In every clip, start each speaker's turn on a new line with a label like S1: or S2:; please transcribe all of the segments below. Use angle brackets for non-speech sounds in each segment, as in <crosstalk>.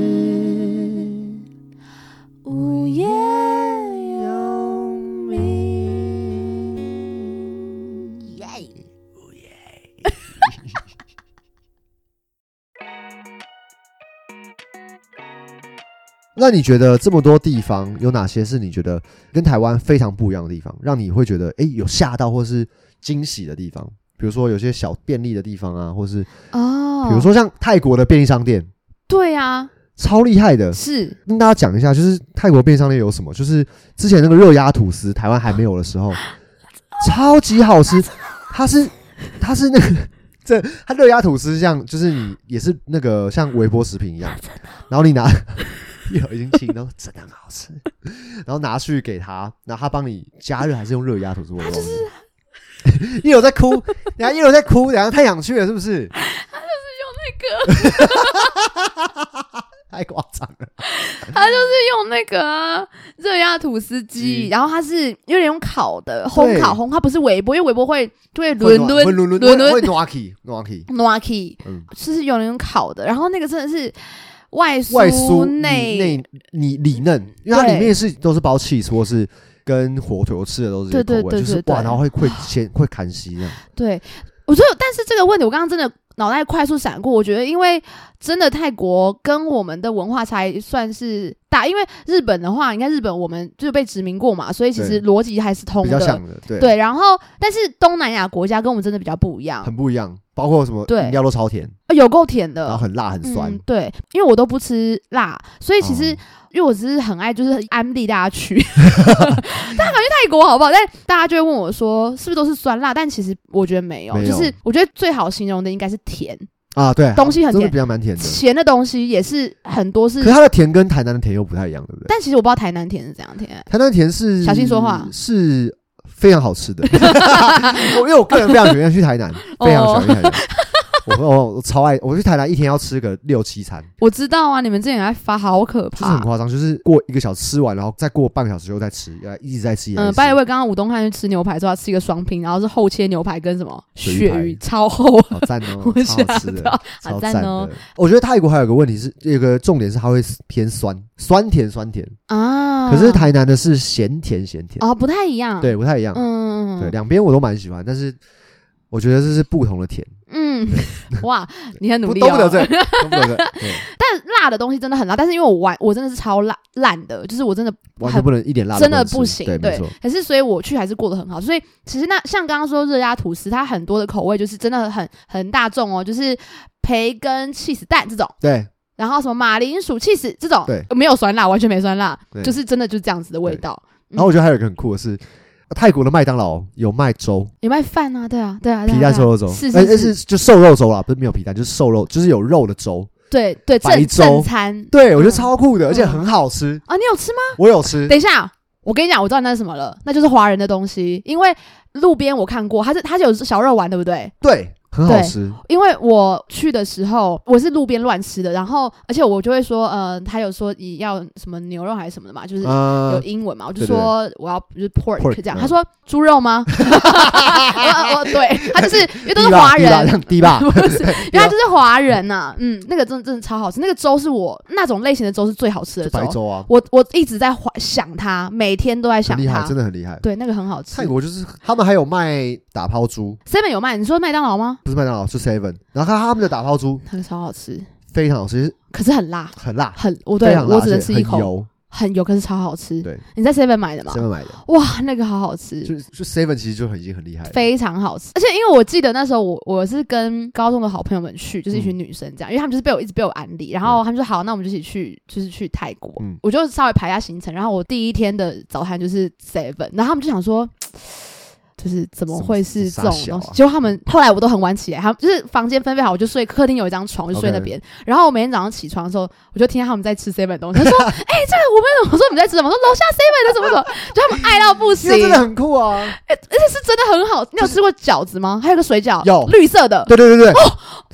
S1: 是无业游民。耶！
S2: 那你觉得这么多地方有哪些是你觉得跟台湾非常不一样的地方，让你会觉得哎、诶有吓到或是惊喜的地方？比如说有些小便利的地方啊，或是比
S1: 哦，
S2: 如说像泰国的便利商店，
S1: 对啊，
S2: 超厉害的。
S1: 是
S2: 跟大家讲一下，就是泰国便利商店有什么？就是之前那个热压吐司，台湾还没有的时候，超级好吃。它是它是那个 <laughs> 这它热压吐司像就是你也是那个像微波食品一样，然后你拿 <laughs> 有已经亲，然后真的很好吃，然后拿去给他，然后他帮你加热还是用热压吐司？我忘记。 <laughs> 一有在哭，等下一有在哭，等下太想去了是不是？
S1: 那个，
S2: <laughs> 太夸张了，
S1: 他就是用那个啊热压吐司机，
S2: 机
S1: 然后它是有点用烤的，烘
S2: 对
S1: 烤烘，它不是微波，因为微波会就会轮轮
S2: 会轮
S1: 轮
S2: 会
S1: 轮
S2: 会 n o k i n o k i
S1: n o k i
S2: 嗯。
S1: 就是有人烤的，然后那个真的是外
S2: 外酥里
S1: 内，
S2: 内里里嫩，因为它
S1: 对
S2: 里面是都是包 cheese 或是跟火腿我吃的都是这个
S1: 对对
S2: 口味，
S1: 对
S2: 就是
S1: 对
S2: 哇，
S1: 对
S2: 然后会会
S1: <sighs>
S2: 鲜会砍息那样，
S1: 对我觉得，但是这个问题我刚刚真的脑袋快速闪过，我觉得因为真的泰国跟我们的文化差异算是大，因为日本的话，应该日本我们就是被殖民过嘛，所以其实逻辑还是通
S2: 比较
S1: 的，
S2: 像的，对
S1: 对。然后，但是东南亚国家跟我们真的比较不一样，
S2: 很不一样。包括什么
S1: 对
S2: 饮料都超甜，
S1: 呃有够甜的，
S2: 然后很辣很酸
S1: 嗯，，对，因为我都不吃辣，所以其实、
S2: 哦
S1: 因为我只是很爱，就是安利大家
S2: <laughs>
S1: 去， <laughs> 大家赶去泰国好不好？但大家就会问我说，是不是都是酸辣？但其实我觉得没有，
S2: 没有
S1: 就是我觉得最好形容的应该是甜，
S2: 啊，对，
S1: 东西很
S2: 真的
S1: 甜
S2: 比较蛮甜的。
S1: 甜的东西也是很多
S2: 可
S1: 是
S2: 是，它的甜跟台南的甜又不太一样，对不对？
S1: 但其实我不知道台南甜是怎样甜，
S2: 台南的甜是
S1: 小心说话
S2: 是非常好吃的。 <laughs> 我因为我个人非常喜欢去
S1: <laughs>
S2: 台南，
S1: 哦
S2: 非常喜欢去台南。我我我超爱，我去台南一天要吃个六七餐，
S1: 我知道啊，你们之前也在发，好可
S2: 就是很
S1: 怕。
S2: 夸张，就是过一个小时吃完，然后再过半个小时又再吃，呃，一直在吃，一直在
S1: 嗯，
S2: 吃
S1: 拜位刚刚武东汉去吃牛排，说要吃一个双拼，然后是厚切牛排跟什么
S2: 鳕
S1: 鳕
S2: 鱼
S1: 鱼，超厚，，
S2: 好赞哦
S1: <laughs> 我
S2: 超好
S1: 吓
S2: 吃的
S1: 到，
S2: 超
S1: 赞
S2: 赞
S1: 哦
S2: 的。我觉得泰国还有个问题是，有个重点是它会偏酸，酸甜酸甜，
S1: 啊！
S2: 可是台南的是咸甜咸甜，
S1: 哦不太一样，
S2: 对，不太一样，
S1: 嗯，
S2: 对，两边我都蛮喜欢，但是我觉得这是不同的甜，
S1: 嗯， <laughs> 哇，你很努
S2: 不
S1: 力、
S2: 都
S1: 哦，
S2: 不得
S1: <laughs>
S2: 罪，都不得罪，对，
S1: 但辣的东西真的很辣，但是因为我玩，我真的是超辣烂的，就是我真的
S2: 完全不能一点辣都
S1: 真的
S2: 能吃
S1: 不行，
S2: 对，没错，
S1: 可是所以我去还是过得很好，所以其实那像刚刚说热压吐司，它很多的口味就是真的很很大众哦，就是培根、气死蛋这种。
S2: 对，
S1: 然后什么马铃薯、气死这种，
S2: 对
S1: 呃没有酸辣，完全没酸辣，
S2: 对
S1: 就是真的就是这样子的味道。
S2: 然后我觉得还有一个很酷的是，泰国的麦当劳有卖粥，
S1: 有卖饭啊，对啊，对啊，对啊
S2: 皮蛋
S1: 对啊
S2: 瘦肉粥，
S1: 是
S2: 呃
S1: 是
S2: 是就瘦肉粥啦，不是没有皮蛋，就是瘦肉，就是有肉的粥。
S1: 对对
S2: 白
S1: 正
S2: 粥
S1: 正餐
S2: 对，我觉得
S1: 嗯
S2: 超酷的，而且
S1: 嗯
S2: 很好吃，
S1: 啊，你有吃吗？
S2: 我有吃。
S1: 等一下，我跟你讲，我知道那是什么了，那就是华人的东西，因为路边我看过，它是它是有小肉丸，对不对？
S2: 对，很好
S1: 对
S2: 吃。
S1: 因为我去的时候我是路边乱吃的，然后而且我就会说，呃，他有说你要什么牛肉还是什么的嘛，就是。有
S2: 啊，
S1: 英文嘛？我就
S2: 对对对
S1: 说我要就是 pork
S2: Pork，
S1: 这样，
S2: 嗯
S1: 他说猪肉吗？ <laughs> 我我对他就是因为都是
S2: 低吧
S1: 华
S2: <laughs> 低吧
S1: 人，
S2: 这，样低
S1: <laughs>
S2: 吧 <laughs>
S1: 不是，因为他就是华人呐、嗯，那个真的真的超好吃，那个粥是我那种类型的粥是最好吃
S2: 就
S1: 的
S2: 白
S1: 粥，
S2: 粥啊，
S1: 我我一直在怀想它，每天都在
S2: 很
S1: 想
S2: 厉害，
S1: 它
S2: 真。的很厉害。
S1: 对，那个很好吃
S2: 泰。国就是他们还有卖打抛猪，
S1: Seven 有卖，你说麦当劳吗？
S2: 不是麦当劳，是 Seven。然后他他们的打抛猪
S1: 那个超好吃，
S2: 非常好吃，
S1: 可是很辣，
S2: 很辣，
S1: 很我
S2: 非
S1: 对
S2: 常辣，
S1: 我只
S2: 而
S1: 能
S2: 且
S1: 吃一口，
S2: 很油。
S1: 很油可是超好吃。
S2: 对
S1: 你在 Seven 买的吗？
S2: ，Seven 买的，
S1: 哇，那个好好吃。
S2: 就就 Seven 其实就很已经很厉害了。
S1: 非常好吃，而且因为我记得那时候我我是跟高中的好朋友们去，
S2: 嗯
S1: 就是一群女生这样，因为他们就是被我一直被我安利，然后他们说好，那我们就一起去，就是去泰国，
S2: 嗯
S1: 我就稍微排一下行程，然后我第一天的早餐就是 seven，然后他们就想说，就是怎么会是这种
S2: 什么
S1: 东
S2: 傻
S1: 西？
S2: 小啊
S1: 结果他们后来我都很晚起来，他们就是房间分配好，我就睡客厅有一张床，我就睡
S2: OK
S1: 那边。然后我每天早上起床的时候，我就听到他们在吃 seven 的东西，他说：“哎、这个我们我说 <laughs> 你们在吃什么？”我说：“楼下 seven 的什么什么。”就他们爱到不行
S2: 因，为真的很酷啊！
S1: 哦哎是真的很好。你有吃过饺子吗？还有个水饺，哦
S2: 有
S1: 绿色的，
S2: 对对对对，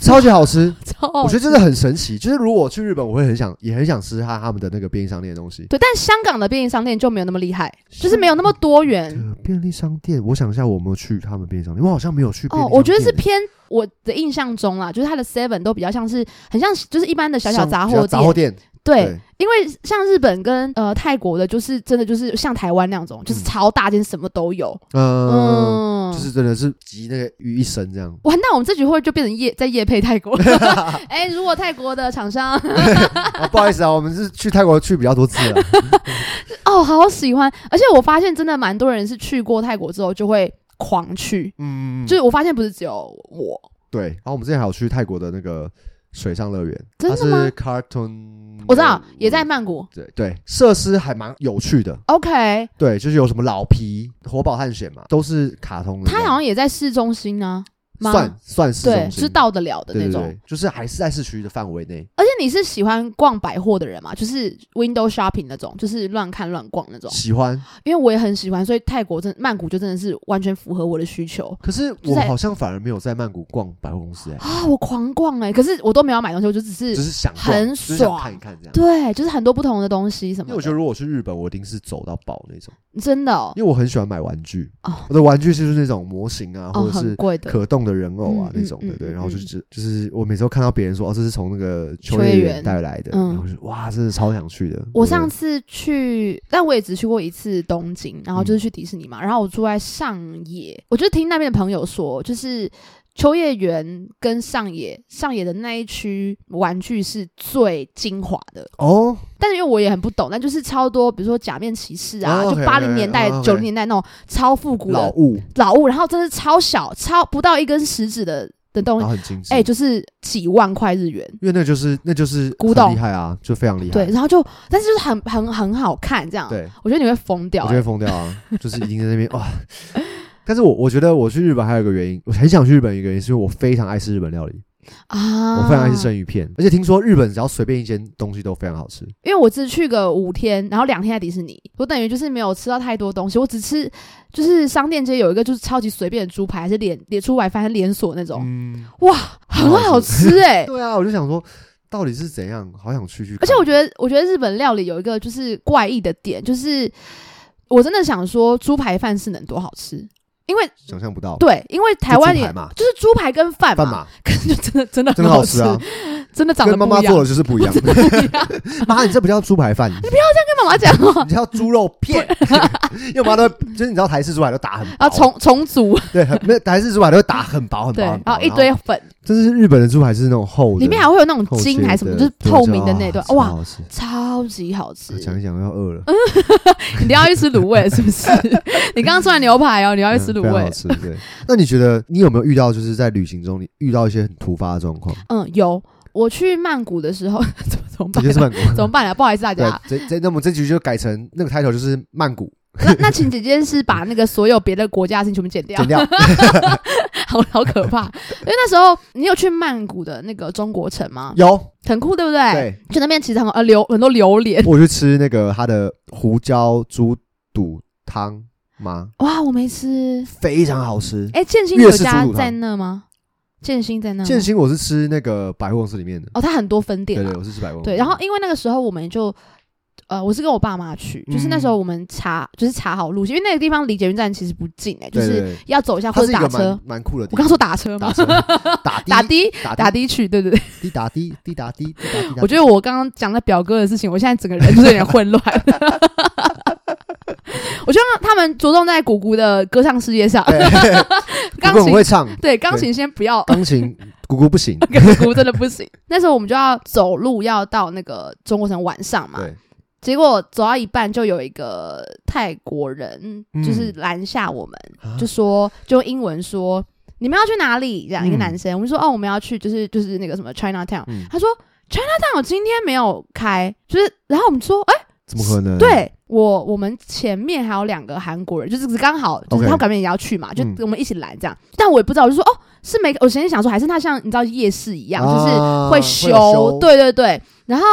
S2: 超级好吃，
S1: 超好
S2: 我觉得真的很神奇。就是如果我去日本，我会很想，也很想吃他他们的那个便利商店的东西。
S1: 对，但香港的便利商店就没有那么厉害，就是没有那么多元。
S2: 呃便利商店，我想一下，我有没有去他们便利商店？我好像没有去便利
S1: 哦
S2: 商，店欸。
S1: 我觉得是偏我的印象中啦，就是它的 Seven 都比较像是很像就是一般的小小
S2: 像
S1: 杂
S2: 比
S1: 货
S2: 较杂货
S1: 店，
S2: 店。
S1: 对，，因为像日本跟呃泰国的，就是真的就是像台湾那样种，就是
S2: 嗯
S1: 超大间，什么都有。嗯，
S2: 嗯，就是真的是集那个于一身这样。
S1: 哇，那我们这局会不会就变成夜在夜配泰
S2: <laughs>
S1: 国？哎、如果泰国的厂商
S2: 啊，不好意思啊，我们是去泰国去比较多次
S1: <laughs>
S2: 了。
S1: 哦，好喜欢，而且我发现真的蛮多人是去过泰国之后就会狂去，
S2: 嗯，
S1: 就是我发现不是只有我，
S2: 对。然后我们之前还有去泰国的那个水上乐园，
S1: 真
S2: 它
S1: 的吗
S2: 是 Cartoon，
S1: 我知道也在。曼谷。
S2: 对对，设施还蛮有趣的。
S1: OK，
S2: 对，就是有什么老皮、活宝探险嘛，都是卡通的这
S1: 它
S2: 样。
S1: 好像也在市中心呢、吗
S2: 算算市
S1: 对，
S2: 中
S1: 是
S2: 心，
S1: 到得了的
S2: 对
S1: 那
S2: 对
S1: 种。
S2: 对，就是还是在市区的范围内。
S1: 而且你是喜欢逛百货的人嘛？就是 window shopping 那种，就是乱看乱逛那种。
S2: 喜欢，
S1: 因为我也很喜欢，所以泰国真曼谷就真的是完全符合我的需求
S2: 可是
S1: 就
S2: 我
S1: 在
S2: 好像反而没有在曼谷逛百货公司、欸，
S1: 啊！我狂逛哎、可是我都没有要买东西，我就只是
S2: 只是想逛
S1: 很
S2: 就是想
S1: 爽
S2: 看一看这样。
S1: 对，就是很多不同的东西什
S2: 因
S1: 么
S2: 为我觉
S1: 的
S2: 得如果我去日本，我一定是走到爆那种，
S1: 真的哦，
S2: 因为我很喜欢买玩具
S1: 哦，
S2: 我的玩具就是那种模型啊，
S1: 哦，
S2: 或者
S1: 很
S2: 是
S1: 贵的。
S2: 可动的人偶啊
S1: 嗯
S2: 那种
S1: 嗯
S2: 的，对。
S1: 嗯
S2: 然后就
S1: 嗯
S2: 是就是我每次都看到别人说哦，这是从那个秋
S1: 秋叶
S2: 叶
S1: 原
S2: 原带来的，
S1: 嗯
S2: 然后就哇，真的超想去的。
S1: 我上
S2: 对
S1: 次去，但我也只去过一次东京，然后
S2: 嗯
S1: 就是去迪士尼嘛。然后我住在上野，我就听那边的朋友说，就是秋叶原跟上野，上野的那一区玩具是最精华的。
S2: 哦，
S1: 但是因为我也很不懂，但就是超多，比如说假面骑士啊，
S2: 哦
S1: 就
S2: ，OK，OK，
S1: 八零年代、
S2: 哦，OK
S1: 九零年代那种超复古
S2: 老
S1: 的
S2: 物，
S1: 老物，然后真的是超小，超不到一根食指的的东
S2: 然
S1: 西，
S2: 后很精致，
S1: 哎、就是几万块日元。
S2: 因为那就是那就是
S1: 古
S2: 很
S1: 董
S2: 厉害啊，就非常厉害。
S1: 对，然后就，但是就是很很很好看，这样。
S2: 对，
S1: 我觉得你会疯掉、
S2: 我就会
S1: 欸。
S2: 疯掉啊，就是一定在那边哇。但是我我觉得我去日本还有一个原因，我很想去日本一个原因是因为我非常爱吃日本料理，
S1: 啊！
S2: 我非常爱吃生鱼片，而且听说日本只要随便一间东西都非常好吃。
S1: 因为我只去个五天，然后两天在迪士尼，我等于就是没有吃到太多东西，我只吃就是商店街有一个就是超级随便的猪排，还是连连猪排饭，还是连锁那种，
S2: 嗯，
S1: 哇，很好吃哎、
S2: 对啊，我就想说到底是怎样，好想去去看。
S1: 而且我觉得，我觉得日本料理有一个就是怪异的点，就是我真的想说猪排饭是能多好吃，因为
S2: 想象不到，
S1: 对，因为台湾
S2: 就猪
S1: 也
S2: 哦排嘛
S1: 就是猪排跟饭
S2: 饭
S1: 嘛，
S2: 嘛，
S1: 可是就真的真的很
S2: 真的好
S1: 吃
S2: 吃啊，，
S1: 真的长得 <laughs>
S2: 跟
S1: 不
S2: 妈妈
S1: 一样
S2: 做的。就是不一样。 <laughs> 妈，你这不叫猪排饭，你
S1: 跟妈妈讲哦，
S2: 叫猪肉片， <laughs> 因为我妈都会就是你知道台式猪排都打很薄，
S1: 然后重重组，
S2: 对，很没有台式猪排都会打很薄很薄，
S1: 对
S2: 很，薄
S1: 然后一堆粉，
S2: 这是日本的猪排是那种厚的，
S1: 里面还会有那种
S2: 厚切
S1: 筋还是什么，
S2: 的
S1: 就是
S2: 对
S1: 透
S2: 就
S1: 明的
S2: 啊
S1: 那段，
S2: 超
S1: 哇，嗯
S2: 好吃
S1: 超级好吃！
S2: 讲一讲要饿了，嗯
S1: 你等一下要去吃卤味 <laughs> 是不
S2: <laughs>
S1: 是？你刚刚吃完牛排哦，你要去吃
S2: 嗯
S1: 卤
S2: 非常
S1: 味
S2: 好。吃。对，那你觉得你有没有遇到就是在旅行中你遇到一些很突发的状况？
S1: 嗯，有。我去曼谷的时候， <laughs> 怎么怎么
S2: 这
S1: 办
S2: 就是
S1: 啊？
S2: 曼谷，
S1: 怎么办啊？不好意思大
S2: 对
S1: 家，，
S2: 这这那么这局就改成那个 title 就是曼谷，
S1: 那那请姐姐是把那个所有别的国家的事情全部剪掉
S2: 剪，掉。
S1: <laughs> 好好可怕。因为那时候你有去曼谷的那个中国城吗？
S2: 有，
S1: 很酷，对不对？
S2: 对，
S1: 去那边其实很呃榴很多榴莲，
S2: <laughs> 我去吃那个它的胡椒猪肚汤吗？
S1: 哇，我没吃。
S2: 非常好吃。
S1: 哎，建新
S2: 粤
S1: 有
S2: 式
S1: 家
S2: 猪肚汤
S1: 在那吗？建新在那吗？
S2: 建新我是吃那个百货公司里面的，
S1: 哦，它很多分店
S2: 对
S1: 啊
S2: 对，。我是吃百货公司。
S1: 对，然后因为那个时候我们就，呃，我是跟我爸妈去，就是那时
S2: 嗯
S1: 候我们查，就是查好路线，因为那个地方离捷运站其实不近哎、就
S2: 对对
S1: 是
S2: 对
S1: 要走一下
S2: 它
S1: 或
S2: 是
S1: 者打
S2: 一个
S1: 车
S2: 蛮。蛮酷的地
S1: 我刚
S2: 方。
S1: 说打车
S2: 打
S1: 吗？
S2: 车，打的
S1: <laughs> 打的打
S2: 打的
S1: 的去，对对对，
S2: 滴答滴滴答滴滴答滴答。
S1: 我觉得我刚刚讲的表哥的事情，我现在整个人就是有点混乱。 <laughs> 我觉得他们着重在谷谷的歌唱事业上，
S2: 不
S1: 钢
S2: 过我
S1: 琴
S2: 会唱
S1: 对钢琴先不要，
S2: 钢琴，姑姑
S1: <laughs>
S2: 不行。
S1: 谷谷真的不行。 <laughs> 那时候我们就要走路要到那个中国城，晚上嘛，
S2: 对，
S1: 结果走到一半，就有一个泰国人，
S2: 嗯
S1: 就是拦下我们，
S2: 啊
S1: 就说就用英文说你们要去哪里？这样、
S2: 嗯
S1: 一个男生，我们说哦，我们要去就是就是那个什么 China Town，、
S2: 嗯
S1: 他说 China Town 今天没有开，就是然后我们说哎、
S2: 怎么可能？，
S1: 对我我们前面还有两个韩国人，就是只是刚好就是
S2: OK
S1: 他们赶明也要去嘛，就
S2: 嗯
S1: 我们一起拦这样，但我也不知道，我就说哦是没，我前天想说还是他像你知道夜市一样，就是
S2: 啊
S1: 会
S2: 有
S1: 修，对对对。然后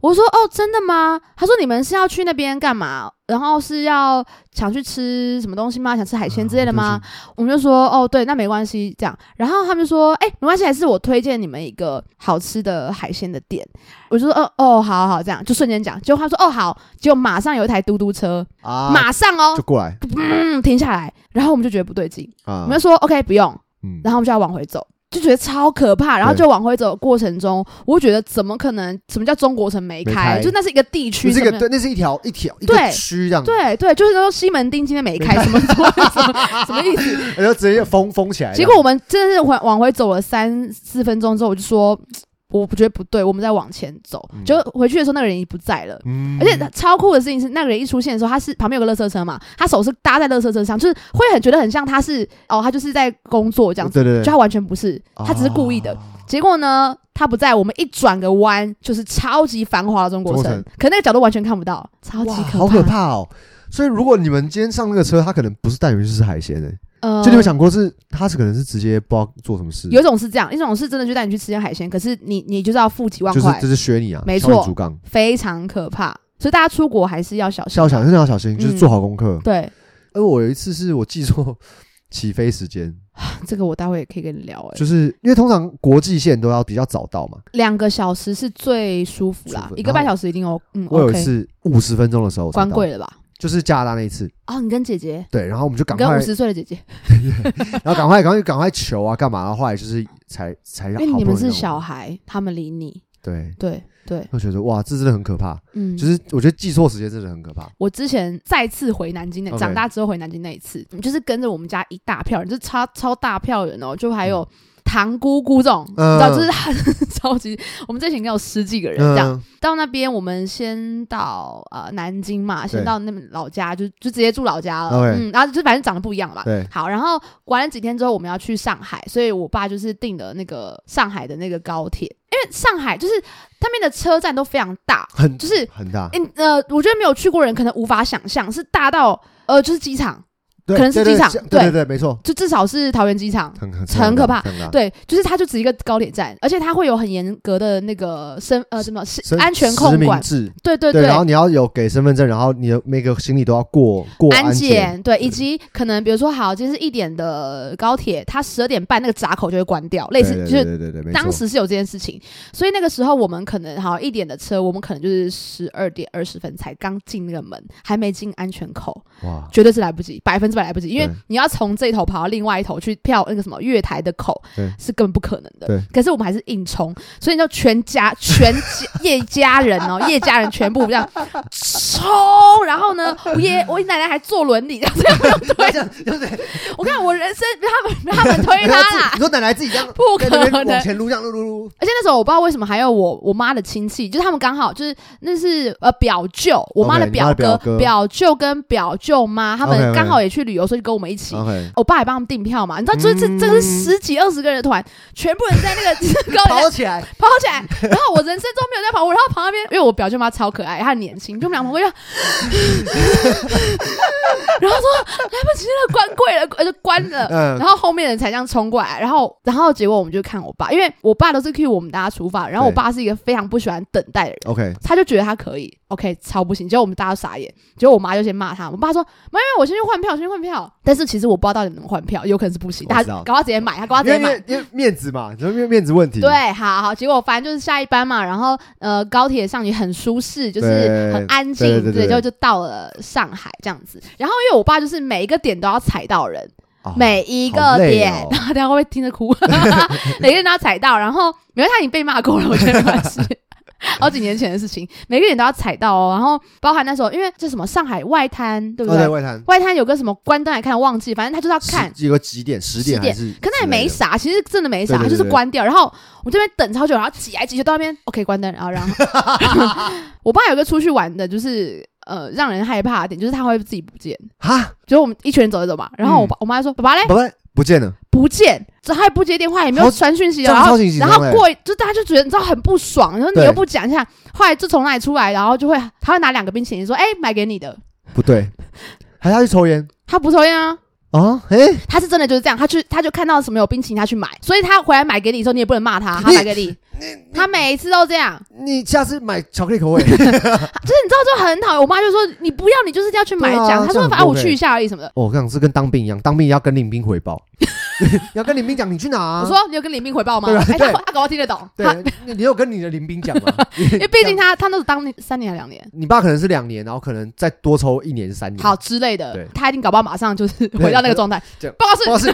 S1: 我说哦，真的吗？他说你们是要去那边干嘛？然后是要想去吃什么东西吗？想吃
S2: 啊
S1: 海
S2: 嗯
S1: 鲜之类的吗？我们就说哦，对，那没关系，这样。然后他们就说，哎、没关系，还是我推荐你们一个好吃的海鲜的店。我就说，哦哦，好好，这样就瞬间讲。结果他说，哦好，结果马上有一台嘟嘟车，
S2: 啊，
S1: 马上哦
S2: 就，过来
S1: 嗯，停下来。然后我们就觉得不对劲，
S2: 啊
S1: 我们，就说 OK 不用，
S2: 嗯
S1: 然后我们就要往回走，就觉得超可怕。然后
S2: 对
S1: 就往回走的过程中，我就觉得怎么可能？什么叫中国城没
S2: 没
S1: 开？
S2: 开
S1: 就那是一个地区，
S2: 这
S1: 什
S2: 个
S1: 么
S2: 对，那是一条一条一
S1: 对
S2: 个区这样，，
S1: 对对，就是说西门町今天没开，什么什么什么什么意思？
S2: 然后直接封封起来这
S1: 结
S2: 样。
S1: 果我们真的是往往回走了三四分钟之后，我就说。我觉得不对，我们再往前走。
S2: 嗯
S1: 就回去的时候，那个人已经不在了。
S2: 嗯，
S1: 而且超酷的事情是，那个人一出现的时候，他是旁边有个垃圾车嘛，他手是搭在垃圾车上，就是会很觉得很像他是哦，他就是在工作这样子，
S2: 对对
S1: 就
S2: 对，
S1: 他完全不是，他只是故意的。
S2: 啊
S1: 结果呢，他不在，我们一转个弯就是超级繁华的中国
S2: 中国
S1: 城
S2: 城，
S1: 可那个角度完全看不到，超级
S2: 哇，
S1: 可怕。
S2: 好可怕哦！所以如果你们今天上那个车，他可能不是带你们去吃海鲜的，
S1: 呃
S2: 就你有想过是他是可能是直接不知道做什么事，
S1: 有一种是这样，一种是真的就带你去吃点海鲜，可是你你就是要付几万
S2: 就是
S1: 块，
S2: 就是削你啊，
S1: 没
S2: 敲你
S1: 错
S2: 竹杠，
S1: 非常可怕。所以大家出国还是要小心
S2: 小
S1: 啊。
S2: 小真的要小心，就是
S1: 嗯
S2: 做好功课。
S1: 对，
S2: 而我有一次是我记错 <laughs> 起飞时间，
S1: 这个我待会也可以跟你聊、欸。
S2: 就是因为通常国际线都要比较早到嘛。
S1: 两个小时是最舒服啦
S2: 舒，服
S1: 一个半小时一定哦。嗯
S2: 我有一
S1: ，OK，
S2: 次五十分钟的时候我才
S1: 关
S2: 到，
S1: 柜了吧？
S2: 就是加拿大那一次，
S1: 哦，你跟姐姐，
S2: 对，然后我们就
S1: 你
S2: 赶
S1: 跟
S2: 快
S1: 五，十岁的姐姐，
S2: 然后赶快赶快赶快求啊，干嘛？然后后来就是才才
S1: 因
S2: 让，
S1: 为
S2: 好
S1: 你
S2: 不
S1: 们
S2: 容易
S1: 是
S2: 让
S1: 小
S2: 我
S1: 孩，他们理你。
S2: 对，
S1: 对对，
S2: 我觉得哇，这真的很可怕。
S1: 嗯，
S2: 就是我觉得记错时间真的很可怕。
S1: 我之前再次回南京那
S2: OK
S1: 长大之后回南京那一次，嗯就是跟着我们家一大票人，就是超超大票人哦，就还有堂姑姑这种，
S2: 嗯
S1: 你知道，就是很 <laughs> 超级，我们这群应该有十几个人这样。
S2: 嗯，
S1: 到那边我们先到呃南京嘛，先
S2: 对
S1: 到那边老家，就就直接住老家了。
S2: OK
S1: 嗯，然后就反正长得不一样嘛。
S2: 对，
S1: 好，然后玩了几天之后，我们要去上海，所以我爸就是订了那个上海的那个高铁，因为上海就是他们的车站都非常大，
S2: 很
S1: 就是
S2: 很大，
S1: 嗯呃，我觉得没有去过的人可能无法想象，是大到呃，就是机场，
S2: 对
S1: 可能是
S2: 对
S1: 机场
S2: 像
S1: 对
S2: 对对对，没错，
S1: 就至少是桃园机场。
S2: 很很
S1: 很可怕
S2: 很大。
S1: 对，就是它就只是一个高铁站，而且它会有很严格的那个身呃什么是
S2: 身
S1: 安全
S2: 实
S1: 控
S2: 名
S1: 管，
S2: 制，
S1: 对对
S2: 对，然后你要有给身份证，然后你的每个行李都要过过
S1: 安
S2: 检，
S1: 检对，以及可能比如说好，今天是一点的高铁，它十二点半那个闸口就会关掉，类似
S2: 对对
S1: 就是
S2: 对对对，没错
S1: 当时是有这件事情，所以那个时候我们可能好一点的车，我们可能就是十二点二十分才刚进那个门，还没进安全口，
S2: 哇，
S1: 绝对是来不及，百分之百来不及，因为
S2: 对
S1: 你要从这一头跑到另外一头去票那个什么月台的口
S2: 对，
S1: 是根本不可能
S2: 对
S1: 的。可是我们还是硬冲，所以你知道全家 <laughs> 全家叶家人哦，叶家人全部这样冲，然后呢，我爷我奶奶还坐轮椅，这样这样推
S2: <laughs> 这样对对对，
S1: 我看我人生被他们被他们推
S2: 然
S1: 他
S2: 后自己 <laughs>
S1: 啦
S2: 你，说奶奶自己这样
S1: 不
S2: 在
S1: 可
S2: 那边
S1: 能
S2: 往。前撸，这样撸撸撸，
S1: 而且那时候我不知道为什么还有我我妈的亲戚，就是他们刚好就是那是呃表舅，我妈
S2: OK，
S1: 的
S2: 你妈
S1: 表
S2: 的
S1: 哥
S2: 表哥
S1: 舅跟表舅妈，他
S2: OK，OK
S1: 们刚好也去旅游，所以就跟我们一起。
S2: ，OK，
S1: 我爸也帮他们订票嘛，你知道，就是这、
S2: 嗯
S1: 这个是十几二十个人的团，全部人在
S2: <laughs>
S1: 那个高
S2: 跑
S1: 铁
S2: 起来，
S1: 跑起来，然后我人生中没有在跑步，然后旁边因为我表舅妈超可爱，她很年轻，就我们俩旁边就，然后说来不及了，关柜了，呃就关了。
S2: 嗯
S1: 然后后面人才这样冲过来，然后然后结果我们就看我爸，因为我爸都是 cue 我们大家出发，然后我
S2: 对
S1: 爸是一个非常不喜欢等待的人，
S2: ，OK，
S1: 他就觉得他可以，OK，超不行。结果我们大家都傻眼，结果我妈就先骂他，我爸说：“妈妈，我先去换票，我先去换票。”但是其实我不知道到底能不能换票，有可能是不行，
S2: 我
S1: 他
S2: 知道
S1: 搞他直接买，他搞他
S2: 因
S1: 直接
S2: 为
S1: 买。
S2: 面因为面子嘛，就是面面子问题，
S1: 啊对，好好，结果反正就是下一班嘛，然后呃，高铁上也很舒适，就是
S2: 对
S1: 很安静，
S2: 对对对
S1: 就就到了上海这样子。然后因为我爸就是每一个点都要踩到人，
S2: 啊，
S1: 每一个
S2: 好累
S1: 点，
S2: 哦
S1: 然后大家会不会听着哭？ <laughs> 每个人都要踩到，然后没关系，他已经被骂过了，我觉得没关系。好几年前的事情，每个点都要踩到哦。然后包含那时候，因为这什么上海外滩，对不
S2: 哦
S1: 对？
S2: 对，外滩
S1: 外滩有个什么关灯还看忘记，反正他就是要看。
S2: 十有个几点，十点
S1: 10点
S2: 还是，
S1: 可那也没，啥，其实真的没啥，
S2: 对对
S1: 就
S2: 对
S1: 是关掉。然后我这边等超久，然后挤来挤去到那边，OK 关灯，然后然后 <laughs> 我爸有个出去玩的，就是呃让人害怕的点，就是他会自己不见。
S2: 哈，
S1: 就是我们一群人走一走嘛，然后我
S2: 嗯
S1: 爸、我妈就说：“爸爸嘞，
S2: 不不不见了，
S1: 不见，然后也不接电话，也没有
S2: 好
S1: 传讯息，哦
S2: 这样
S1: 然后
S2: 超级紧
S1: 然
S2: 张
S1: 后
S2: 欸
S1: 过一就大家就觉得你知道很不爽，然后你
S2: 对
S1: 又不讲一下，后来就从那里出来，然后就会他会拿两个冰淇淋说：“哎、买给你的。
S2: 不对，还是他去抽烟”
S1: 他不抽烟啊，
S2: 啊？哎，
S1: 他是真
S2: <laughs>
S1: 的就是这样，他去他就看到什么有冰淇淋，他去买，所以他回来买给你的时候，你也不能骂他，他
S2: 你
S1: 买给你，
S2: 你你
S1: 他他每一次都这样，
S2: 你下次买巧克力口
S1: <laughs>
S2: 味，
S1: 就是你知道就很讨厌。我妈就说你不要，你就是要去买
S2: 对啊
S1: 这样。她
S2: 这
S1: 说
S2: 样很
S1: 反正我
S2: 不
S1: 去一下而已什么的。
S2: 哦我跟你讲，这跟当兵一样，当兵要跟领兵回报， <laughs> 要跟领兵讲你去哪、
S1: 我说啊你有跟李斌回报吗？
S2: 啊对啊
S1: 哎，他
S2: 对
S1: 他搞不好听得懂，他
S2: 对，你你有跟你的领兵讲
S1: <laughs>
S2: 吗？因
S1: 因为毕竟他他那时候当三年还两年，
S2: 你爸可能是两年，然后可能再多抽一年三年。
S1: 好，之类的
S2: 嗯对，
S1: 他一定搞不好马上就是
S2: 对
S1: 回到那个状态
S2: 这样。
S1: 报告
S2: 或
S1: 是
S2: 是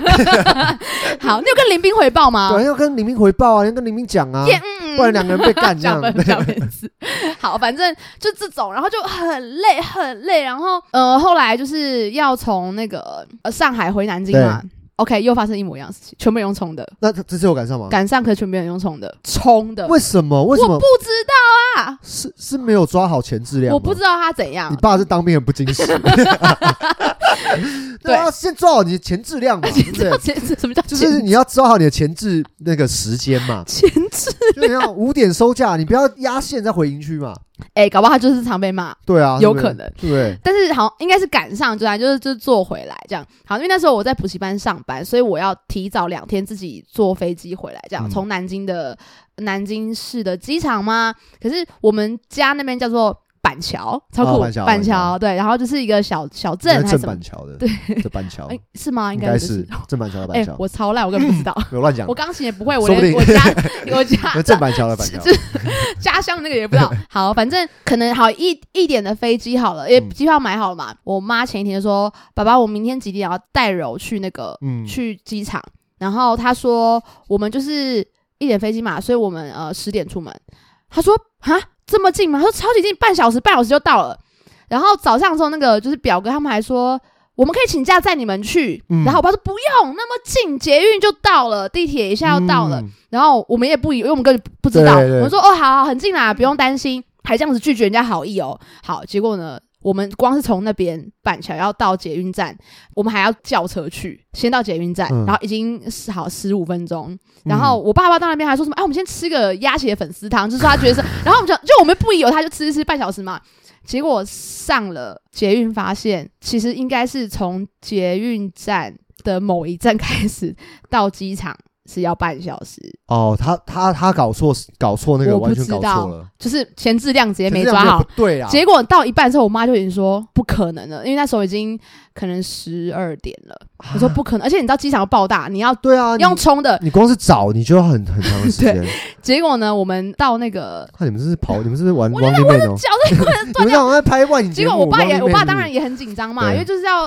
S1: 好，你有跟林斌回报吗？
S2: 对，要跟领兵回报啊，要跟领兵讲啊，
S1: 耶， <laughs> 嗯，
S2: 不然两个人被干
S1: <laughs>
S2: 这
S1: 讲
S2: 样。
S1: 分
S2: 对
S1: 讲分次。好，反正就这种，然后就很累很累，然后呃，后来就是要从那个、呃、上海回南京嘛。OK，又发生一模一样的事情，全部人用冲的，
S2: 那这次有赶上吗？
S1: 赶上可是全部人用冲的，冲的。
S2: 哦为什么？为什
S1: 我
S2: 么
S1: 不知道啊，
S2: 是是没有抓好前质量吗？
S1: 我不知道他怎样
S2: 你。
S1: <laughs>
S2: 爸是当兵很不矜持。对啊，先抓好你的前
S1: <laughs>
S2: 质量嘛，对不对？
S1: 前置什么叫
S2: 就
S1: 前，
S2: 是你要抓好你的前置那个时间嘛
S1: 前置？
S2: 就是要五点收假，你不要压线再回营区嘛。
S1: 哎、搞不好他就是常被骂，
S2: 对啊，
S1: 有
S2: 对不对
S1: 可能。
S2: 对不对？
S1: 但是好像应该是赶上，就来就是就坐回来这样。好，因为那时候我在补习班上班，所以我要提早两天自己坐飞机回来，这样
S2: 嗯
S1: 从南京的南京市的机场嘛。可是我们家那边叫做板桥，超酷，
S2: 哦板桥
S1: 板
S2: 板
S1: 桥对，然后就是一个小小镇还
S2: 那
S1: 是
S2: 正
S1: 什么
S2: 板。桥的， <laughs>
S1: 对，
S2: 这板桥
S1: 哎，是吗？
S2: 应
S1: 应该
S2: 该。
S1: 就是
S2: 正板桥的
S1: 哎、
S2: 板桥，
S1: 我超烂，我根本不 <laughs> 知道。
S2: 我乱讲
S1: 我，钢琴也不会，我
S2: 说不
S1: 连
S2: 定
S1: 我家 <laughs> 我家
S2: 那正板桥的板
S1: <laughs>
S2: 桥，
S1: 是家乡那个也不知
S2: <laughs>
S1: 道。好，反正可能好一一点的飞机好了，也
S2: 嗯
S1: 机票买好了嘛。我妈前一天就说：“爸爸，我明天几点要带柔去那个、
S2: 嗯，
S1: 去机场？”然后她说：“我们就是一点飞机嘛，所以我们呃十点出门。”她说：“啊，这么近吗？”她说：“超级近，半小时，半小时就到了。”然后早上的时候，那个就是表哥他们还说。我们可以请假载你们去，
S2: 嗯
S1: 然后我爸说不用，那么近，捷运就到了，地铁一下要到了。
S2: 嗯，
S1: 然后我们也不以，因为我们根本不知道，
S2: 对对
S1: 我们说哦，好好，很近啦，不用担心，还这样子拒绝人家好意哦。好，结果呢，我们光是从那边板桥要到捷运站，我们还要叫车去，先到捷运站，
S2: 嗯
S1: 然后已经好十五分钟，然后我爸爸到那边还说什么，哎、我们先吃个鸭血粉丝汤，就是说他觉得是，然后我们就就我们不疑有他，就吃吃吃半小时嘛。结果上了捷运，发现其实应该是从捷运站的某一站开始到机场是要半小时，
S2: 哦，他他他搞错搞错那个，
S1: 我不
S2: 完全
S1: 知
S2: 搞
S1: 道
S2: 错了，
S1: 就是前质量直接
S2: 可
S1: 没
S2: 是这样
S1: 抓
S2: 就
S1: 好
S2: 不。对啊，
S1: 结果到一半的时候，我妈就已经说不可能了，因为那时候已经可能十二点了。
S2: 啊
S1: 我说不可能，而且你知道机场要爆大，你要
S2: 对啊，你
S1: 用冲的。
S2: 你光是找你就要很很长
S1: <laughs>
S2: 的时间。
S1: 结果呢，我们到那个
S2: 看你们这是跑，你们这是玩
S1: 我
S2: 王
S1: 觉
S2: 力妹哦，
S1: 脚
S2: <laughs>
S1: 在棍子
S2: 你们这样在拍万影
S1: 啊
S2: 节
S1: 结
S2: 目
S1: 果我爸也，
S2: 王力
S1: 我
S2: 妹
S1: 爸
S2: 是不是
S1: 当然也很紧张嘛，
S2: 对
S1: 因为就是要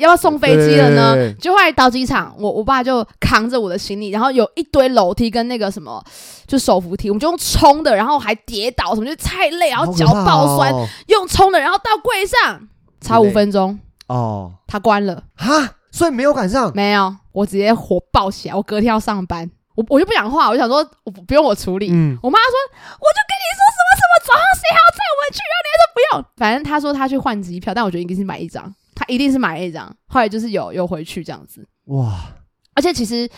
S1: 要要送飞机了呢。
S2: 对
S1: 就后来到机场，我我爸就扛着我的行李，然后有一堆楼梯跟那个什么，就手扶梯，我们就用冲的，然后还跌倒什么，就太累，然后脚
S2: 好可怕
S1: 爆酸，
S2: 哦
S1: 用冲的，然后到柜上，差
S2: 之
S1: 五
S2: 类
S1: 分钟，
S2: 哦，
S1: 他关了，
S2: 哈，所以没有赶上，
S1: 没有，我直接火爆起来，我隔天要上班，我我就不讲话，我就想说我不不用我处理，
S2: 嗯，
S1: 我妈说，我就跟你说什么什么，早上谁还要载我们去？然后你还说不用。反正她说她去换机票，但我觉得应该是买一张，她一定是买了一张。后来就是有有回去这样子，
S2: 哇，
S1: 而且其实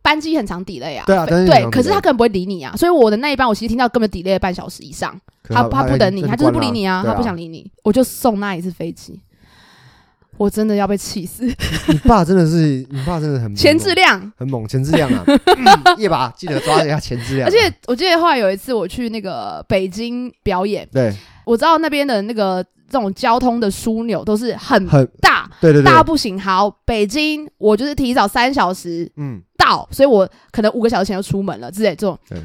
S1: 班机很长 delay 啊。
S2: 对啊，但是
S1: 对，可是他根本不会理你啊，所以我的那一班我其实听到根本 delay 了半小时以上，他他不等你，他就是不理你啊，他不想
S2: 理。
S1: 理你，我就送那一次飞机，我真的要被气死，
S2: 你爸真的是，你爸真的很
S1: 前质量
S2: 很猛，前质量
S1: <laughs>
S2: 啊，嗯夜把记得抓一下前质量
S1: 而
S2: 啊，
S1: 且我记得后来有一次我去那个北京表演，
S2: 对
S1: 我知道那边的那个这种交通的枢纽都是很
S2: 很
S1: 大，
S2: 对对对
S1: 大，到不行。好，北京我就是提早三小时
S2: 嗯，
S1: 到，所以我可能五个小时前就出门了之类这种
S2: 对，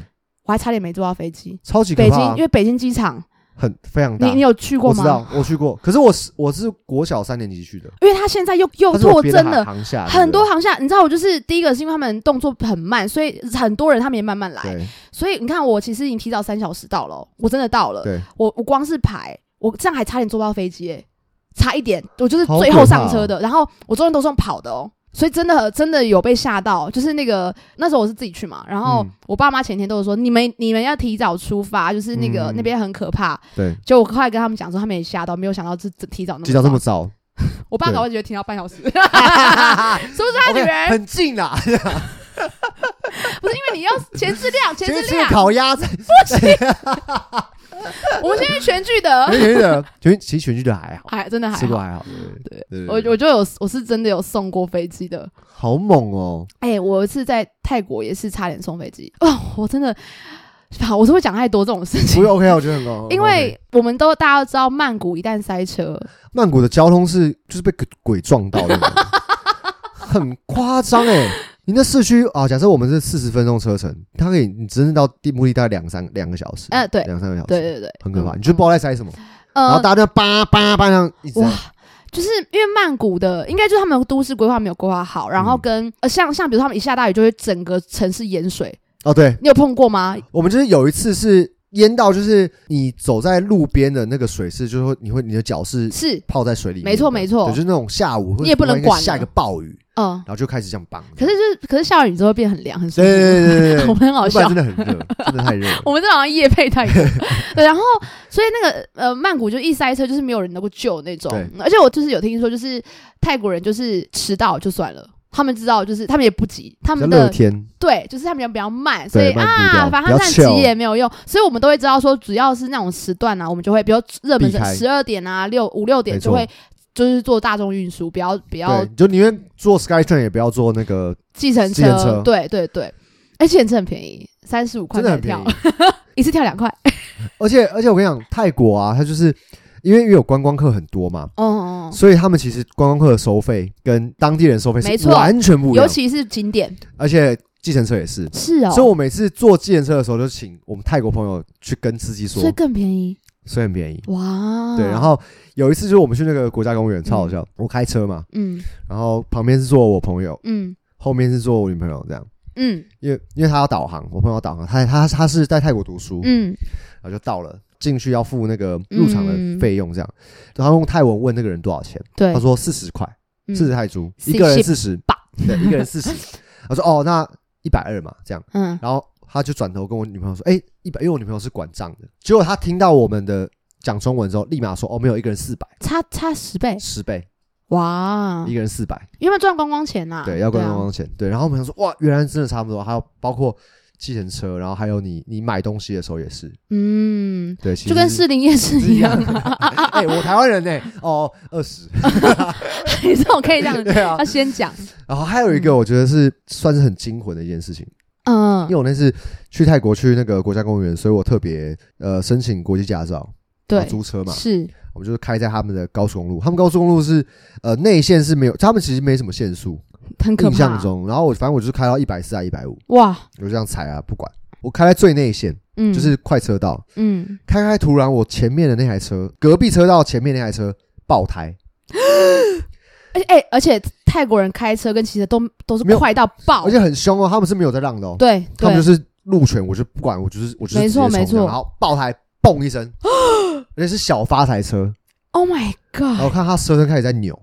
S1: 我还差点没坐到飞机。
S2: 超级可
S1: 北京
S2: 怕啊，
S1: 因为北京机场，
S2: 很非常大
S1: 你你。有去过
S2: 我知
S1: 吗？
S2: 道，我去过，可是我是我是国小三年级去的，
S1: 因为它现在又又
S2: 它是有
S1: 拓
S2: 别
S1: 增
S2: 的
S1: 了。
S2: 航下对不对
S1: 很多航厦，你知道，我就是第一个是因为他们动作很慢，所以很多人他们也慢慢来。
S2: 对
S1: 所以你看，我其实已经提早三小时到了哦，我真的到了。
S2: 对，
S1: 我我光是排，我这样还差点坐不到飞机、欸，差一点，我就是
S2: 好
S1: 最
S2: 可
S1: 后
S2: 怕
S1: 上
S2: 哦
S1: 车的。然后我中间都是用跑的哦，所以真的真的有被吓到，就是那个那时候我是自己去嘛，然后
S2: 嗯
S1: 我爸妈前天都有说你们你们要提早出发，就是那个、
S2: 嗯
S1: 那边很可怕。
S2: 对，
S1: <laughs> 就我后来跟他们讲说，他们也吓到，没有想到这这提早那么
S2: 提到这
S1: 早 <laughs>
S2: 么早，
S1: 我爸
S2: 对
S1: 搞不好觉得听到半小时， <laughs> 是不是他女
S2: OK，
S1: 人？
S2: 很近啊啦，
S1: 不是因为你要前置量，前
S2: 前
S1: 置
S2: 去
S1: 量，
S2: 烤鸭在，
S1: 我们先去全聚德
S2: 全，聚的，全其实全聚的还好，
S1: 哎，真啊的还
S2: 哎吃过
S1: 好。
S2: 还好，对对对
S1: 我我就有我是真的有送过飞机的，
S2: 好猛哦，
S1: <laughs> 哎、我有一次在泰国也是差点送飞机哦，我真的好，我是会讲太多这种事情
S2: 不是，OK，啊我觉得很高。
S1: 因
S2: OK
S1: 为我们都大家都知道，曼谷一旦塞车，
S2: 曼谷的交通是就是被鬼鬼撞到的， <laughs> 很夸张哎。你那市区啊，假设我们是四十分钟车程，它可以你真正到地目的地大概两三两个小时，
S1: 呃，对，
S2: 两三个小时，
S1: 对对对，
S2: 很可怕。
S1: 嗯
S2: 你就不知道在塞什么，然后
S1: 呃，
S2: 大家就叭叭叭这样一直在
S1: 哇，就是因为曼谷的，应该就是他们的都市规划没有规划好，然后
S2: 嗯
S1: 跟、呃像像比如他们一下大雨就会整个城市淹水，
S2: 哦，对，
S1: 你有碰过吗？
S2: 我们就是有一次是淹到，就是你走在路边的那个水是，就是会你会你的脚是
S1: 是，
S2: 泡在水里面的，
S1: 没错没错
S2: 对就是那种下午会
S1: 你也不能
S2: 突然间
S1: 管了
S2: 下一个暴雨，
S1: 嗯、
S2: 然后就开始这样绑。
S1: 可是就是可是下完雨之后变很凉，很舒
S2: 对
S1: 服，
S2: 对对对对
S1: <laughs> 我们很好
S2: 对，不然
S1: 笑
S2: 真。的很热，真的太热了。
S1: <laughs> 我们这好像夜配太多， <laughs> 对，然后所以那个呃曼谷就一塞车就是没有人能够救那种
S2: 对，
S1: 而且我就是有听说，就是泰国人就是迟到就算了，他们知道就是他们也不急，他
S2: 比较
S1: 们
S2: 乐
S1: 的
S2: 天，
S1: 对，就是他们比较慢，所以
S2: 对慢步调
S1: 啊，反
S2: 比
S1: 正他
S2: 较
S1: 站急
S2: chill
S1: 也没有用，所以我们都会知道说，只要是那种时段啊，我们就会，比如热门
S2: 避开
S1: 十二点啊、六五六点
S2: 没错
S1: 就会。就是坐大众运输，不要不要
S2: 对，就宁愿坐 SkyTrain 也不要坐那个，
S1: 计程
S2: 计程车
S1: 对对对，而且程车很便宜，三十五块
S2: 真的
S1: 才
S2: 很便
S1: 跳 <laughs>
S2: 宜，。
S1: 一次跳两块。
S2: 而且而且我跟你讲，泰国啊，它就是因为因为有观光客很多嘛，
S1: 哦，
S2: 所以他们其实观光客的收费跟当地人收费
S1: 没
S2: 是
S1: 错
S2: 完全不一
S1: 尤
S2: 样，
S1: 其是景点
S2: 而且计程车也是。
S1: 是哦，
S2: 所以我每次坐计程车的时候，就请我们泰国朋友去跟司机说
S1: 所以，更便宜
S2: 所以很便宜。
S1: 哇。
S2: 对，然后有一次就是我们去那个国家公园，超好笑。我开车嘛，
S1: 嗯
S2: 然后旁边是坐我朋友，
S1: 嗯
S2: 后面是坐我女朋友，这样，
S1: 嗯
S2: 因为因为他要导航，我朋友要导航，他他他是在泰国读书，
S1: 嗯，
S2: 然后就到了，进去要付那个入场的
S1: 嗯
S2: 费用，这样，然后用泰文问那个人多少钱，
S1: 对
S2: 他，说啊四十块，
S1: 嗯
S2: 四十泰铢，
S1: 40
S2: 一个人四十
S1: 吧，
S2: <laughs> 对，一个人四十，他说哦，那一百二嘛，这样。
S1: 嗯
S2: 然后他就转头跟我女朋友说：“哎、一百，因为我女朋友是管账的。”结果他听到我们的讲中文之后，立马说：“哦，没有，一个人四百，
S1: 差差十倍
S2: 十倍，
S1: 哇
S2: 一，个人四百，
S1: 因为赚观光钱呐，
S2: 对，要关
S1: 啊
S2: 观光钱。对，然后我们想说：“哇，原来真的差不多。”还有包括计程车，然后还有你你买东西的时候也是，
S1: 嗯，
S2: 对，其实
S1: 就跟士林夜市一样啊。
S2: 啊。哎、我台湾人呢、哦，二十，
S1: 你 <laughs> 这种可
S2: <laughs>
S1: 以这样，
S2: 对啊
S1: 要。先讲。
S2: 然后还有一个，我觉得是算是很惊魂的一件事情，
S1: 嗯
S2: 因为，我那次去泰国去那个国家公园，所以我特别呃申请国际驾照，
S1: 对
S2: 然后，租车嘛，
S1: 是，
S2: 我们就是开在他们的高速公路，他们高速公路是呃内线是没有，他们其实没什么限速，
S1: 很可
S2: 印象
S1: 怕。啊
S2: 中。然后我反正我就是开到一百四啊一百五，
S1: 哇，
S2: 我就这样踩啊，不管。我开在最内线，
S1: 嗯，
S2: 就是快车道，
S1: 嗯，
S2: 开开突然我前面的那台车，隔壁车道前面那台车爆胎，
S1: 而且哎，而且泰国人开车跟骑车都都是
S2: 没有
S1: 快到爆
S2: 而，且很凶哦，他们是没有在让的哦，
S1: 对
S2: 他们就
S1: 对，
S2: 是路权，我就不管，我就是我就是
S1: 没错
S2: 直接冲
S1: 没错
S2: 这样然后爆胎，嘣一
S1: <gasps>
S2: 声，而且是小发财车，
S1: Oh my
S2: 然
S1: god！
S2: 后看他车身开始在扭，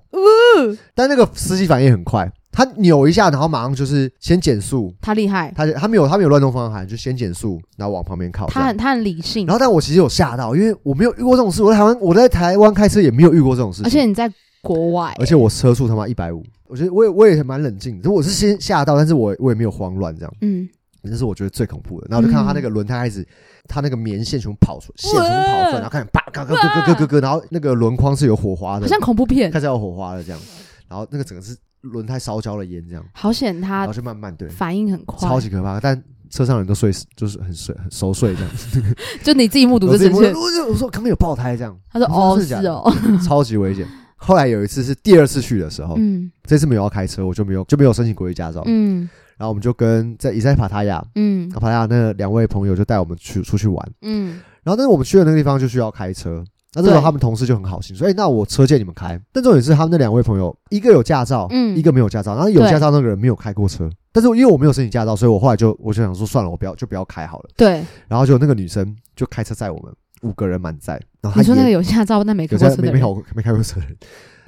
S2: 但那个司机反应很快，他扭一下，然后马上就是先减速，
S1: 他厉害，
S2: 他就他没有他没有乱动方向盘，就先减速，然后往旁边靠。
S1: 他
S2: 这样
S1: 很他很理性
S2: 然，后但我其实有吓到，因为我没有遇过这种事。我在台湾我在台湾开车也没有遇过这种事情，
S1: 而且你在国外，
S2: 而且我车速他妈一百五，我觉得我也我也蛮冷静的，我是先吓到，但是我我也没有慌乱这样，
S1: 嗯，
S2: 这是我觉得最恐怖的。然后我就看到他那个轮胎开始，他那个棉线全部跑出，线全部跑出来，然后开始叭嘎嘎嘎嘎嘎嘎嘎，然后那个轮框是有火花
S1: 好
S2: 的，
S1: 像恐怖片，
S2: 开始有火花了这样，然后那个整个是轮胎烧焦了烟这样，
S1: 好险
S2: 然
S1: 他
S2: 后就慢慢对，
S1: 反应很快，
S2: 超级可怕，但。车上人都睡死，就是很睡很熟睡这样。
S1: 就你自己目睹
S2: 我
S1: 这
S2: 自己
S1: 件
S2: 摸
S1: 事
S2: 我，就我说刚刚有爆胎
S1: <laughs>
S2: 这样，
S1: 他说
S2: 我
S1: 哦
S2: 说真的
S1: 是
S2: 假的
S1: 哦，
S2: 超级危险。后来有一次是第二次去的时候，
S1: 嗯
S2: 这次没有要开车，我就没有就没有申请国际驾照。
S1: 嗯
S2: 然后我们就跟在也在帕塔亚，
S1: 嗯
S2: 帕塔亚那两位朋友就带我们去出去玩。
S1: 嗯，
S2: 然后但是我们去的那个地方就需要开车。那这时候
S1: 对
S2: 他们同事就很好心说：“哎、那我车借你们开。”但重点是他们那两位朋友，一个有驾照，
S1: 嗯
S2: 一个没有驾照。然后有驾照那个人没有开过车，但是因为我没有申请驾照，所以我后来就我就想说算了，我不要就不要开好了。
S1: 对，
S2: 然后就那个女生就开车载我们五个人满载，然后
S1: 你
S2: 她
S1: 说那
S2: 也
S1: 个有驾照但没开
S2: 有
S1: 过
S2: 在
S1: 车
S2: 没
S1: 的
S2: 没
S1: 人
S2: 开，过没开过车的人，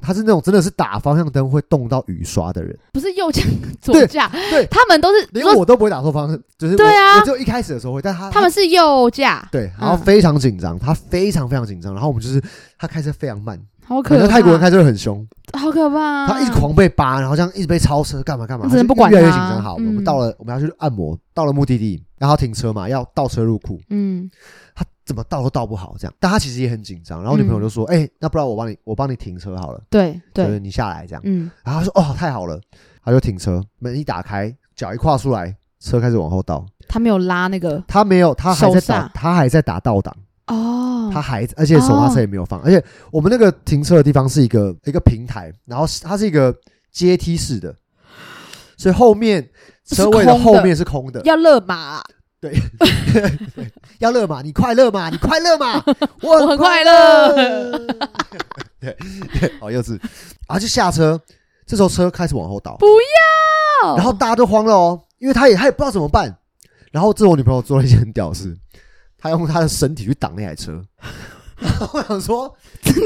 S2: 他是那种真的是打方向灯会动到雨刷的人，
S1: 不是
S2: <laughs>
S1: 右驾左
S2: 对
S1: 驾，
S2: 对
S1: <laughs> 他们都是
S2: 连
S1: 说
S2: 我都不会打错方向，就是我
S1: 对啊
S2: 我只有一开始的时候会，但啊他
S1: 他们是右驾，
S2: 对，然后
S1: 嗯
S2: 非常紧张，他非常非常紧张，然后我们就是他开车非常慢，
S1: 好可啊怕，
S2: 可能泰国人开车很凶，
S1: 好可怕啊，
S2: 他一直狂被扒，然后这样一直被超车，干嘛干嘛，
S1: 你只能不
S2: 他就
S1: 管
S2: 越来越
S1: 他
S2: 紧张。好，我们
S1: 嗯
S2: 到了，我们要去按摩，到了目的地，然后停车嘛，要倒车入库，
S1: 嗯
S2: 他怎么倒都倒不好，这样，但他其实也很紧张，然后女朋友就说，哎，那不然我帮你，我帮你停车好了，
S1: 嗯对
S2: 就
S1: 对
S2: 是，你下来这样。
S1: 嗯
S2: 然后他说：“哦，太好了！”他就停车，门一打开，脚一跨出来，车开始往后倒。
S1: 他他没有拉那个
S2: 他没有，他还在
S1: 手
S2: 打
S1: 刹，
S2: 他还在打倒档，
S1: 哦，
S2: 他还，而且手刹车也没有放，而且我们那个停车的地方是一个一个平台，然后是它是一个阶梯式的，所以后面
S1: 是
S2: 车位的
S1: 空的
S2: 后面是空的。
S1: 要勒马，
S2: 要乐嘛，你快乐嘛，你快乐 <laughs> 嘛，
S1: 我
S2: 我
S1: 很
S2: 很
S1: 快
S2: 快
S1: 乐
S2: 乐。 <laughs> 对，对好幼稚啊！就下车，这时候车开始往后倒，
S1: 不要，
S2: 然后大家都慌了哦，因为他也他也不知道怎么办。然后这我女朋友做了一件很屌的事， <laughs> 她用她的身体去挡那台车。 <laughs> 然后我
S1: <laughs>
S2: 想说，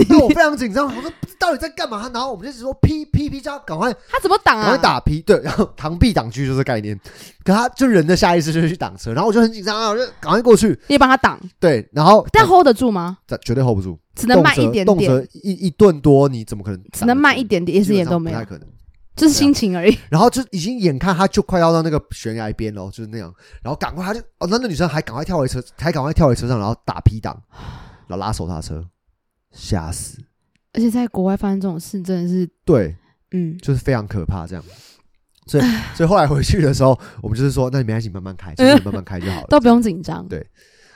S2: 那我非常紧张，我说到底在干嘛？然后我们就一直说 P P P，叫他赶快
S1: 他怎么挡
S2: 赶
S1: 啊？
S2: 快打 P，对，然后螳臂挡车就是这概念。可他就人的下意识就是去挡车，然后我就很紧张啊，我就赶快过去。
S1: 你也帮他挡，
S2: 对，然后
S1: 但 hold 得住吗？
S2: 这绝对 hold 不住，
S1: 只能慢一点
S2: 动
S1: 点，
S2: 辄一一吨多，你怎么可能？
S1: 只能慢一，点点，一丝也都没
S2: 不太
S1: 有，
S2: 可能。
S1: 就是心情而已。 <laughs>
S2: 然后就已经眼看他就快要到那个悬崖边了，就是那样。然后赶快，他就哦，那那女生还赶快跳回车，还赶快跳回车上，然后打 P 档，然后拉手刹车，吓死。
S1: 而且在国外发生这种事，真的是，
S2: 对，
S1: 嗯，
S2: 就是非常可怕这样。所以，所以后来回去的时候，我们就是说，那你没关系，慢慢开，就是你慢慢开就好了。
S1: <laughs> 都不用紧张。
S2: 对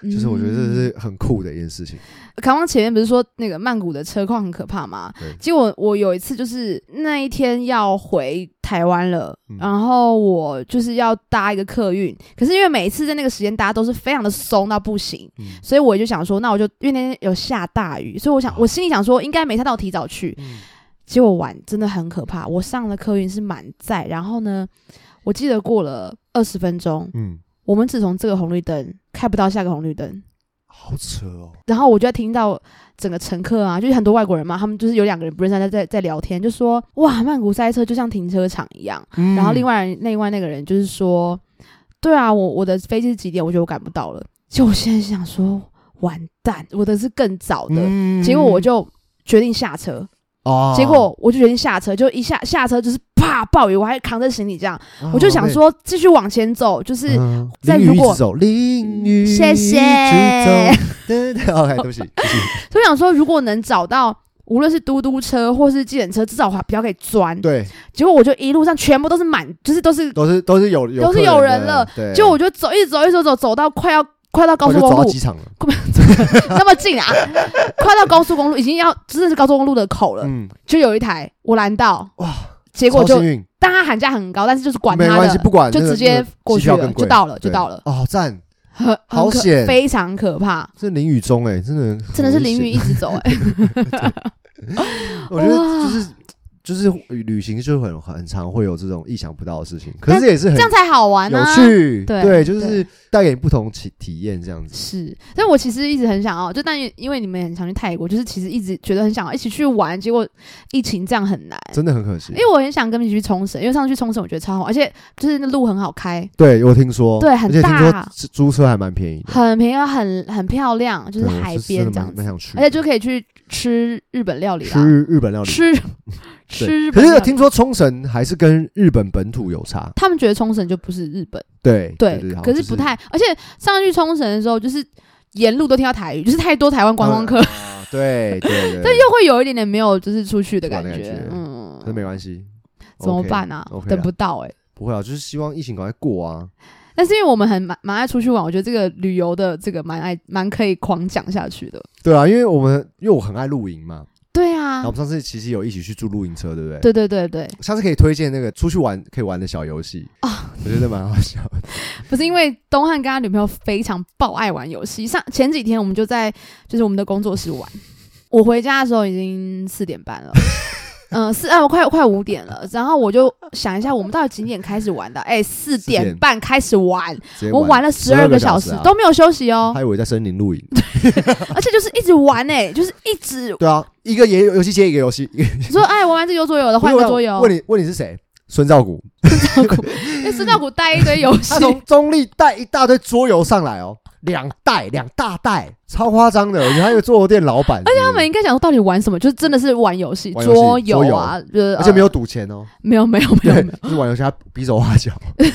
S1: 嗯，
S2: 就是我觉得这是很酷的一件事情。
S1: 卡旺前面不是说那个曼谷的车况很可怕吗
S2: 对？
S1: 结果我有一次就是那一天要回台湾了，
S2: 嗯
S1: 然后我就是要搭一个客运，可是因为每一次在那个时间搭都是非常的松到不行，
S2: 嗯
S1: 所以我就想说，那我就因为那天有下大雨，所以我想我心里想说应该没差到提早去，
S2: 嗯
S1: 结果晚真的很可怕。我上了客运是满载，然后呢，我记得过了二十分钟，
S2: 嗯，
S1: 我们只从这个红绿灯开不到下个红绿灯，
S2: 好扯哦。
S1: 然后我就在听到整个乘客啊，就是很多外国人嘛，他们就是有两个人不认识在在在聊天，就说哇，曼谷塞车就像停车场一样。然后另
S2: 外，
S1: 外人另外那个人就是说，对啊，我我的飞机是几点？我觉得我赶不到了。就我现在想说，完蛋，我的是更早的。
S2: 嗯
S1: 结果我就决定下车，
S2: 哦，
S1: 结果我就决定下车，就一下下车就是啪暴雨，我还扛着行李这样，
S2: 啊
S1: 我就想
S2: ，OK
S1: 说继续往前走，就是。
S2: 嗯
S1: 在
S2: 淋雨
S1: 如果
S2: 一直走，淋雨一直
S1: 谢谢
S2: 走。 <laughs> 对对 OK，对
S1: <laughs>
S2: 不起， <laughs> 对不起
S1: 就想说，如果能找到无论是嘟嘟车或是计程车，至少我比较可以钻。
S2: 对，
S1: 结果我就一路上全部都是满，就是都是，
S2: 都是都是有有
S1: 都是
S2: 客
S1: 有人
S2: 人的
S1: 了，
S2: 对，
S1: 就我就走，一直走，一直走，走走到快要快到高
S2: 我
S1: 速
S2: 就走
S1: 公
S2: 到
S1: 路
S2: 机，场了。
S1: 那么近啊， <laughs> 快到高速公路，已经要真的是高速公路的口了，
S2: 嗯，
S1: 就有一台我拦到，
S2: 哇，
S1: 呃结果
S2: 超
S1: 就
S2: 幸运
S1: 但他喊价很高，但是就是管
S2: 没
S1: 他
S2: 关系，
S1: 的，
S2: 不管
S1: 就
S2: 那个
S1: 直接
S2: 那个
S1: 过
S2: 机
S1: 去
S2: 票
S1: 了，
S2: 更
S1: 就
S2: 贵
S1: 到了，就
S2: 对
S1: 到了，
S2: 哦，赞！
S1: 很很
S2: 好
S1: 可
S2: 险
S1: 非常可怕，
S2: 这淋雨中哎，真的
S1: <laughs> 真的是
S2: 很危
S1: 淋雨
S2: 险。
S1: 一直走，哎，
S2: 我觉得
S1: 哇
S2: 就是就是旅行就很很常会有这种意想不到的事情，可是也是很
S1: 这样才好玩
S2: 嗯有
S1: 啊，
S2: 趣，
S1: 对
S2: 对，就
S1: 对
S2: 是带给你不同体体验这样子。
S1: 是，但我其实一直很想要，就但因为你们也很常去泰国，就是其实一直觉得很想要一起去玩，结果疫情这样很难。
S2: 真的很可惜
S1: 因，为我很想跟你一起去冲绳，因为上次去冲绳我觉得超好，而且就是那路很好开，
S2: 对我听说，
S1: 对很
S2: 而且听说
S1: 大
S2: 租租车还蛮便宜的，
S1: 很平安，很很漂亮，就是
S2: 对我
S1: 海
S2: 真
S1: 边
S2: 的
S1: 这
S2: 蛮
S1: 样
S2: 蛮
S1: 子，
S2: 想去，
S1: 而且就可以去吃日本料理
S2: 吃
S1: 啦，
S2: 日日本料理。
S1: 啊吃
S2: 对
S1: 吃日
S2: 可
S1: 本料
S2: 是
S1: 理。
S2: 听说冲绳还是跟日本本土有差，
S1: 他们觉得冲绳就不是日本，
S2: 对
S1: 对，
S2: 对，好
S1: 可
S2: 就是
S1: 不太，而且上次去冲绳的时候，就是沿路都听到台语，就是太多台湾观光客，
S2: 啊对对
S1: <laughs>
S2: 对，
S1: 但又会有一点点没有就是出去的
S2: 出
S1: 感
S2: 国的感
S1: 觉
S2: 觉，
S1: 嗯，
S2: 可是没关系，
S1: 怎么
S2: OK，
S1: 办啊
S2: OK 啦
S1: 等不到哎、
S2: 不会啊，就是希望疫情赶快过啊。
S1: 但是因为我们很蛮蛮爱出去玩，我觉得这个旅游的这个蛮爱蛮可以狂讲下去的。
S2: 对啊，因为我们因为我很爱露营嘛，
S1: 对
S2: 然
S1: 啊
S2: 后我，们上次其实有一起去住露营车，对不对？。
S1: 对对对对，
S2: 下次可以推荐那个出去玩可以玩的小游戏
S1: 啊，
S2: 我觉得蛮好笑的。
S1: 不是因为东汉跟他女朋友非常爆爱玩游戏，上前几天我们就在就是我们的工作室玩，我回家的时候已经四点 <laughs> 半了。嗯，四啊，我快快五点了，然后我就想一下，我们到底几点开始玩的？哎，四
S2: 点
S1: 点半开始玩，
S2: 直接
S1: 我玩了十二
S2: 12
S1: 个
S2: 个
S1: 小
S2: 小
S1: 时
S2: 啊
S1: 都没有休息哦，
S2: 还以为在森林露营。 <laughs>
S1: 而且就是一直玩哎、就是一直
S2: 对啊，一个也游戏接一个游戏，一个
S1: 你说哎，玩完这个桌游了，换一个桌游。哎
S2: 问你问你是谁？孙
S1: <laughs>
S2: 兆谷，
S1: 因为孙道谷带一堆游戏
S2: <laughs> 他，从中立带一大堆桌游上来哦，两袋两大袋，超夸张的。你还有桌游店
S1: <laughs>
S2: 老板，而且
S1: 他们应该想说到底玩什么，就是真的是玩游戏，
S2: 玩游戏
S1: 桌游
S2: <laughs>
S1: 啊，就是
S2: 而且没有
S1: 呃
S2: 赌钱哦，
S1: 没有没有 <laughs> 没有
S2: <laughs> 对
S1: 没，
S2: 就是玩游戏他比手画脚，
S1: 有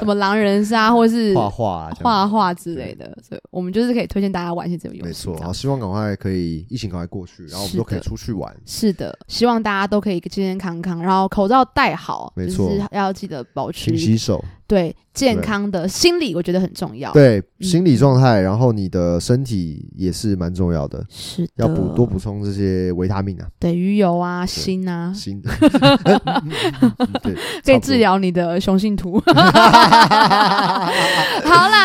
S1: 什么狼人杀或是
S2: 画画啊这样
S1: 画画之类的，所以我们就是可以推荐大家玩一些这种游戏。
S2: 没错。
S1: 这
S2: 然后
S1: 样
S2: 希望赶快可以疫情赶快过去，然后我们都可以
S1: 是的
S2: 出去玩。
S1: 是的，希望大家都可以健健康康，然后口罩戴好，
S2: 没错
S1: 就是要记得保持
S2: 勤洗手，
S1: 对健
S2: 对
S1: 康的心理，我觉得很重要。，
S2: 对
S1: 嗯
S2: 心理状态，然后你的身体也是蛮重要的，
S1: 是的，
S2: 要补多补充这些维他命啊，
S1: 对鱼油啊、锌啊，<laughs>
S2: 锌的， <laughs> 嗯嗯嗯嗯
S1: 可
S2: 对，
S1: 以
S2: 差不多
S1: 治。疗你的雄性 <laughs>
S2: <laughs>
S1: 秃。好啦，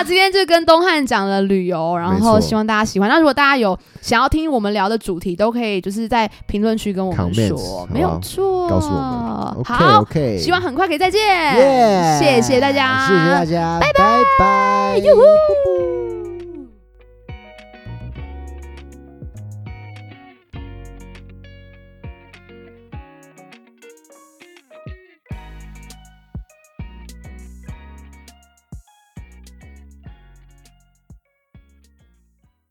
S1: 今天就跟东汉讲了旅游，然后
S2: 没错
S1: 希望大家喜欢。那如果大家有想要听我们聊的主题，都可以就是在评论区跟我们
S2: Comments，
S1: 说
S2: 好，不好
S1: 没有错，
S2: 告诉我们，OK
S1: 啊好，
S2: OK，
S1: 希望很快可以再见，
S2: 耶
S1: 谢谢大家，
S2: 谢谢大家，拜拜，
S1: 哟呼。